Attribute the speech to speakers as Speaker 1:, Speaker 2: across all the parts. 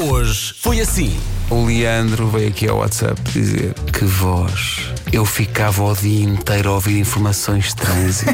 Speaker 1: hoje foi assim.
Speaker 2: O Leandro veio aqui ao WhatsApp dizer que voz. Eu ficava o dia inteiro a ouvir informações de trânsito.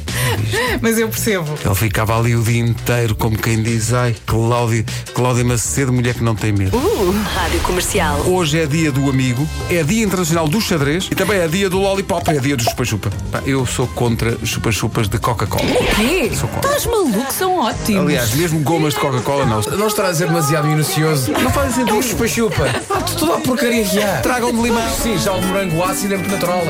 Speaker 3: Mas eu percebo.
Speaker 2: Ele ficava ali o dia inteiro, como quem diz, ai, Cláudia, Cláudia Macedo, mulher que não tem medo.
Speaker 4: Uh. Rádio Comercial.
Speaker 2: Hoje é dia do amigo, é dia internacional do xadrez e também é dia do lollipop, é dia do chupa-chupa. Pá, Eu sou contra chupa-chupas de Coca-Cola.
Speaker 3: Quê?
Speaker 2: Sou contra.
Speaker 3: Estás maluco? São ótimos.
Speaker 2: Aliás, mesmo gomas de Coca-Cola não.
Speaker 5: Não estará a ser demasiado minucioso. Não faz sentido. É um chupa-chupa. Ah, tu- toda a porcaria que há.
Speaker 2: Tragam-me limão.
Speaker 5: Sim, já o morango ácido é muito natural.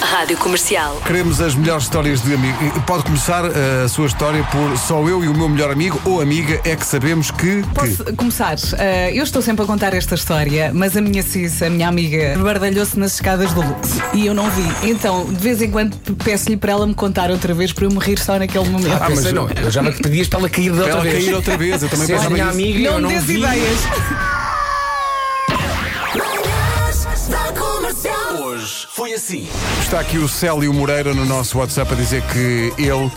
Speaker 4: Rádio Comercial.
Speaker 2: Queremos as melhores histórias de amigo. E Pode começar eh, a sua história por só eu e o meu melhor amigo ou amiga é que sabemos que. que...
Speaker 3: Posso começar? Ah, eu estou sempre a contar esta história, mas a minha Cis, a minha amiga, bardalhou-se nas escadas do Lux e eu não vi. Então, de vez em quando, peço-lhe para ela me contar outra vez para eu me rir só naquele momento.
Speaker 5: Ah, mas
Speaker 2: mas-
Speaker 5: não, eu já me pedias para ela cair
Speaker 2: Para
Speaker 5: da outra
Speaker 2: ela
Speaker 5: vez.
Speaker 2: cair outra vez, eu também
Speaker 5: Se és
Speaker 2: pensava
Speaker 5: minha
Speaker 2: nisso.
Speaker 5: amiga, eu
Speaker 3: não
Speaker 5: não
Speaker 3: me des
Speaker 5: vi.
Speaker 3: ideias.
Speaker 1: Hoje foi assim.
Speaker 2: Está aqui o Célio Moreira no nosso WhatsApp a dizer que ele,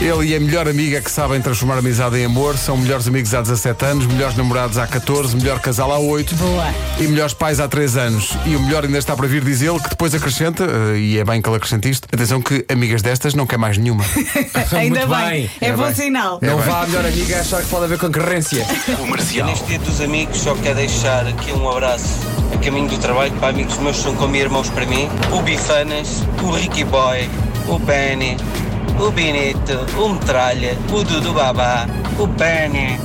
Speaker 2: ele e a melhor amiga que sabem transformar amizade em amor são melhores amigos há 17 anos, melhores namorados há 14, melhor casal há 8
Speaker 3: Boa.
Speaker 2: e melhores pais há 3 anos. E o melhor ainda está para vir, diz ele, que depois acrescenta, eh, e é bem que ele acrescente isto, atenção que amigas destas não quer mais nenhuma.
Speaker 3: Ainda
Speaker 5: Muito
Speaker 3: bem.
Speaker 5: bem.
Speaker 3: É, bom sinal.
Speaker 5: Não
Speaker 2: É bem.
Speaker 5: vá a melhor amiga achar que pode haver concorrência.
Speaker 6: Eu,
Speaker 1: Comercial.
Speaker 6: Neste dia dos amigos só quero deixar aqui um abraço a caminho do trabalho para amigos meus que são como irmãos para mim, o Bifanas, o Ricky Boy, o Benny, o Benito, o Metralha, o Dudu Babá, o Benny,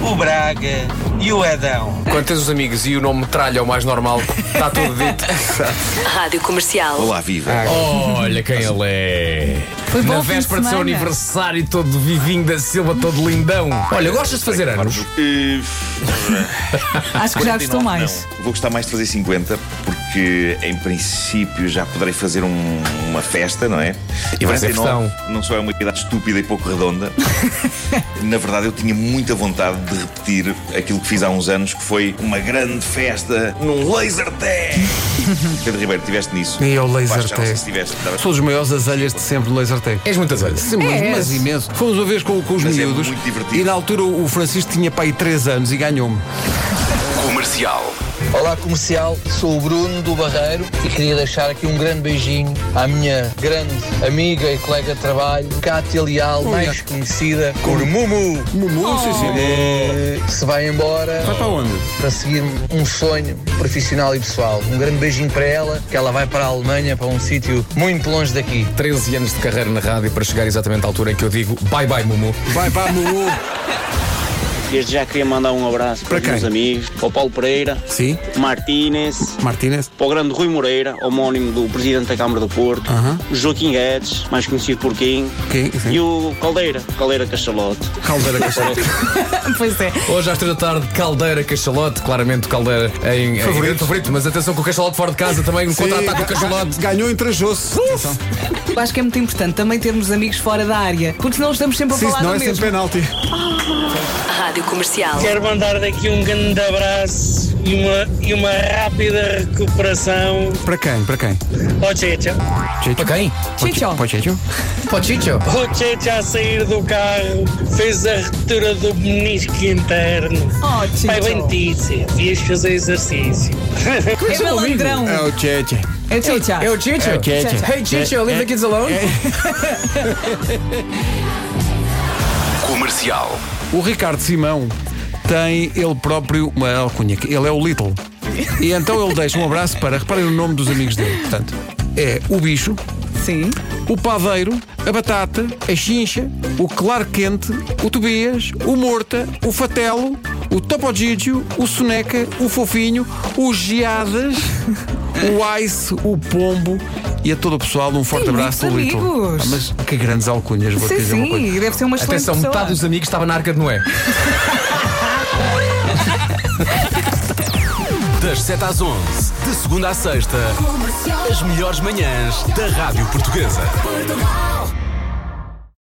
Speaker 6: o Braga e o Edão.
Speaker 5: Quando tens os amigos e o nome tralha é o mais normal, está tudo dito.
Speaker 4: Rádio Comercial.
Speaker 1: Olá, viva.
Speaker 5: Ah, Olha quem ele é.
Speaker 3: Foi bom
Speaker 5: Na
Speaker 3: fim de
Speaker 5: véspera do seu
Speaker 3: semana.
Speaker 5: aniversário, todo vivinho da Silva, todo lindão. Olha, gostas de fazer anos?
Speaker 7: Eh,
Speaker 3: Acho que já gostou
Speaker 7: 49,
Speaker 3: mais.
Speaker 7: não. Vou gostar mais de fazer 50, porque em princípio já poderei fazer um- uma festa, não é? E
Speaker 5: Vai ser
Speaker 7: 49
Speaker 5: festão.
Speaker 7: não só é uma idade estúpida e pouco redonda. Na verdade, eu tinha muita vontade de repetir aquilo que fiz há uns anos, que foi uma grande festa num laser tag. Pedro Ribeiro, estiveste nisso?
Speaker 2: E ao
Speaker 7: Vasco,
Speaker 2: laser
Speaker 7: já não sei
Speaker 2: tag.
Speaker 7: se tá tiveste.
Speaker 2: São os maiores azelhas de sempre no Laser Tag.
Speaker 5: És muitas vezes.
Speaker 2: Sim, mas,
Speaker 3: É,
Speaker 2: mas
Speaker 3: é.
Speaker 2: imenso. Fomos uma vez com, com os
Speaker 7: Mas é
Speaker 2: miúdos
Speaker 7: muito divertido.
Speaker 2: e na altura o Francisco tinha pai 3 anos e ganhou-me.
Speaker 1: Comercial.
Speaker 8: Olá comercial, sou o Bruno do Barreiro e queria deixar aqui um grande beijinho à minha grande amiga e colega de trabalho, Cátia Leal, mais conhecida por Mumu,
Speaker 2: Mumu, sim, sim.
Speaker 8: que se vai embora
Speaker 2: Vai para onde?
Speaker 8: para seguir um sonho profissional e pessoal. Um grande beijinho para ela, que ela vai para a Alemanha, para um sítio muito longe daqui.
Speaker 5: 13 anos de carreira na rádio para chegar exatamente à altura em que eu digo bye bye, Mumu.
Speaker 2: Vai para a Mumu.
Speaker 9: Desde já queria mandar um abraço para,
Speaker 2: Para quem?
Speaker 9: os meus amigos, para o Paulo Pereira,
Speaker 2: Sim,
Speaker 9: Martínez,
Speaker 2: Martínez.
Speaker 9: para o grande Rui Moreira, homónimo do Presidente da Câmara do Porto,
Speaker 2: Aham.
Speaker 9: Joaquim Guedes, mais conhecido por Kim,
Speaker 2: Quem? Sim.
Speaker 9: e o Caldeira, Caldeira Cachalote.
Speaker 2: Caldeira Castelo.
Speaker 3: Pois é.
Speaker 5: Hoje às três da tarde, Caldeira Cachalote, claramente o Caldeira em em
Speaker 2: Favorito.
Speaker 5: grande favorito, mas atenção que o Cachalote fora de casa também, um contra-ataque do Cachalote.
Speaker 2: Ganhou e trajou-se. Atenção.
Speaker 3: Eu Acho que é muito importante também termos amigos fora da área, porque senão estamos sempre a
Speaker 2: Sim,
Speaker 3: falar
Speaker 2: senão
Speaker 3: do
Speaker 2: é
Speaker 3: mesmo.
Speaker 2: sempre penalti.
Speaker 4: Rádio Comercial.
Speaker 10: Quero mandar daqui um grande abraço e uma, e uma rápida recuperação.
Speaker 2: Para quem? Para quem?
Speaker 10: Ó Checha,
Speaker 5: Para quem?
Speaker 3: Chicho.
Speaker 2: Para o Checho?
Speaker 5: Para o Chicho.
Speaker 10: o Checha a sair do carro fez a retura do menisco interno.
Speaker 3: Oh, Chicho.
Speaker 10: Pai bentícia, devias fazer exercício.
Speaker 3: É malandrão.
Speaker 2: É o Checho.
Speaker 3: É Chicha.
Speaker 5: É o Chicho?
Speaker 2: É o Chicho.
Speaker 5: Hey Chicho, leave the kids alone.
Speaker 1: Comercial.
Speaker 2: O Ricardo Simão tem ele próprio uma alcunha. que Ele é o Little. E então ele deixa um abraço para, reparem o nome dos amigos dele. Portanto, é o bicho,
Speaker 3: Sim.
Speaker 2: o padeiro, a batata, a chincha, o claro quente, o Tobias, o morta, o fatelo, o topogígio, o soneca, o fofinho, o geadas, o ice, o pombo e a todo o pessoal um forte
Speaker 3: Tem
Speaker 2: abraço do
Speaker 3: muitos
Speaker 2: Little.
Speaker 3: amigos.
Speaker 2: Ah, mas que grandes alcunhas, vou te
Speaker 3: Sim,
Speaker 2: dizer uma coisa.
Speaker 3: sim. Deve ser uma excelente
Speaker 5: Atenção, tá
Speaker 3: pessoa.
Speaker 5: metade dos amigos estava na arca de Noé.
Speaker 1: Das 7 às 11, de segunda à sexta, as melhores manhãs da Rádio Portuguesa.
Speaker 11: Portugal.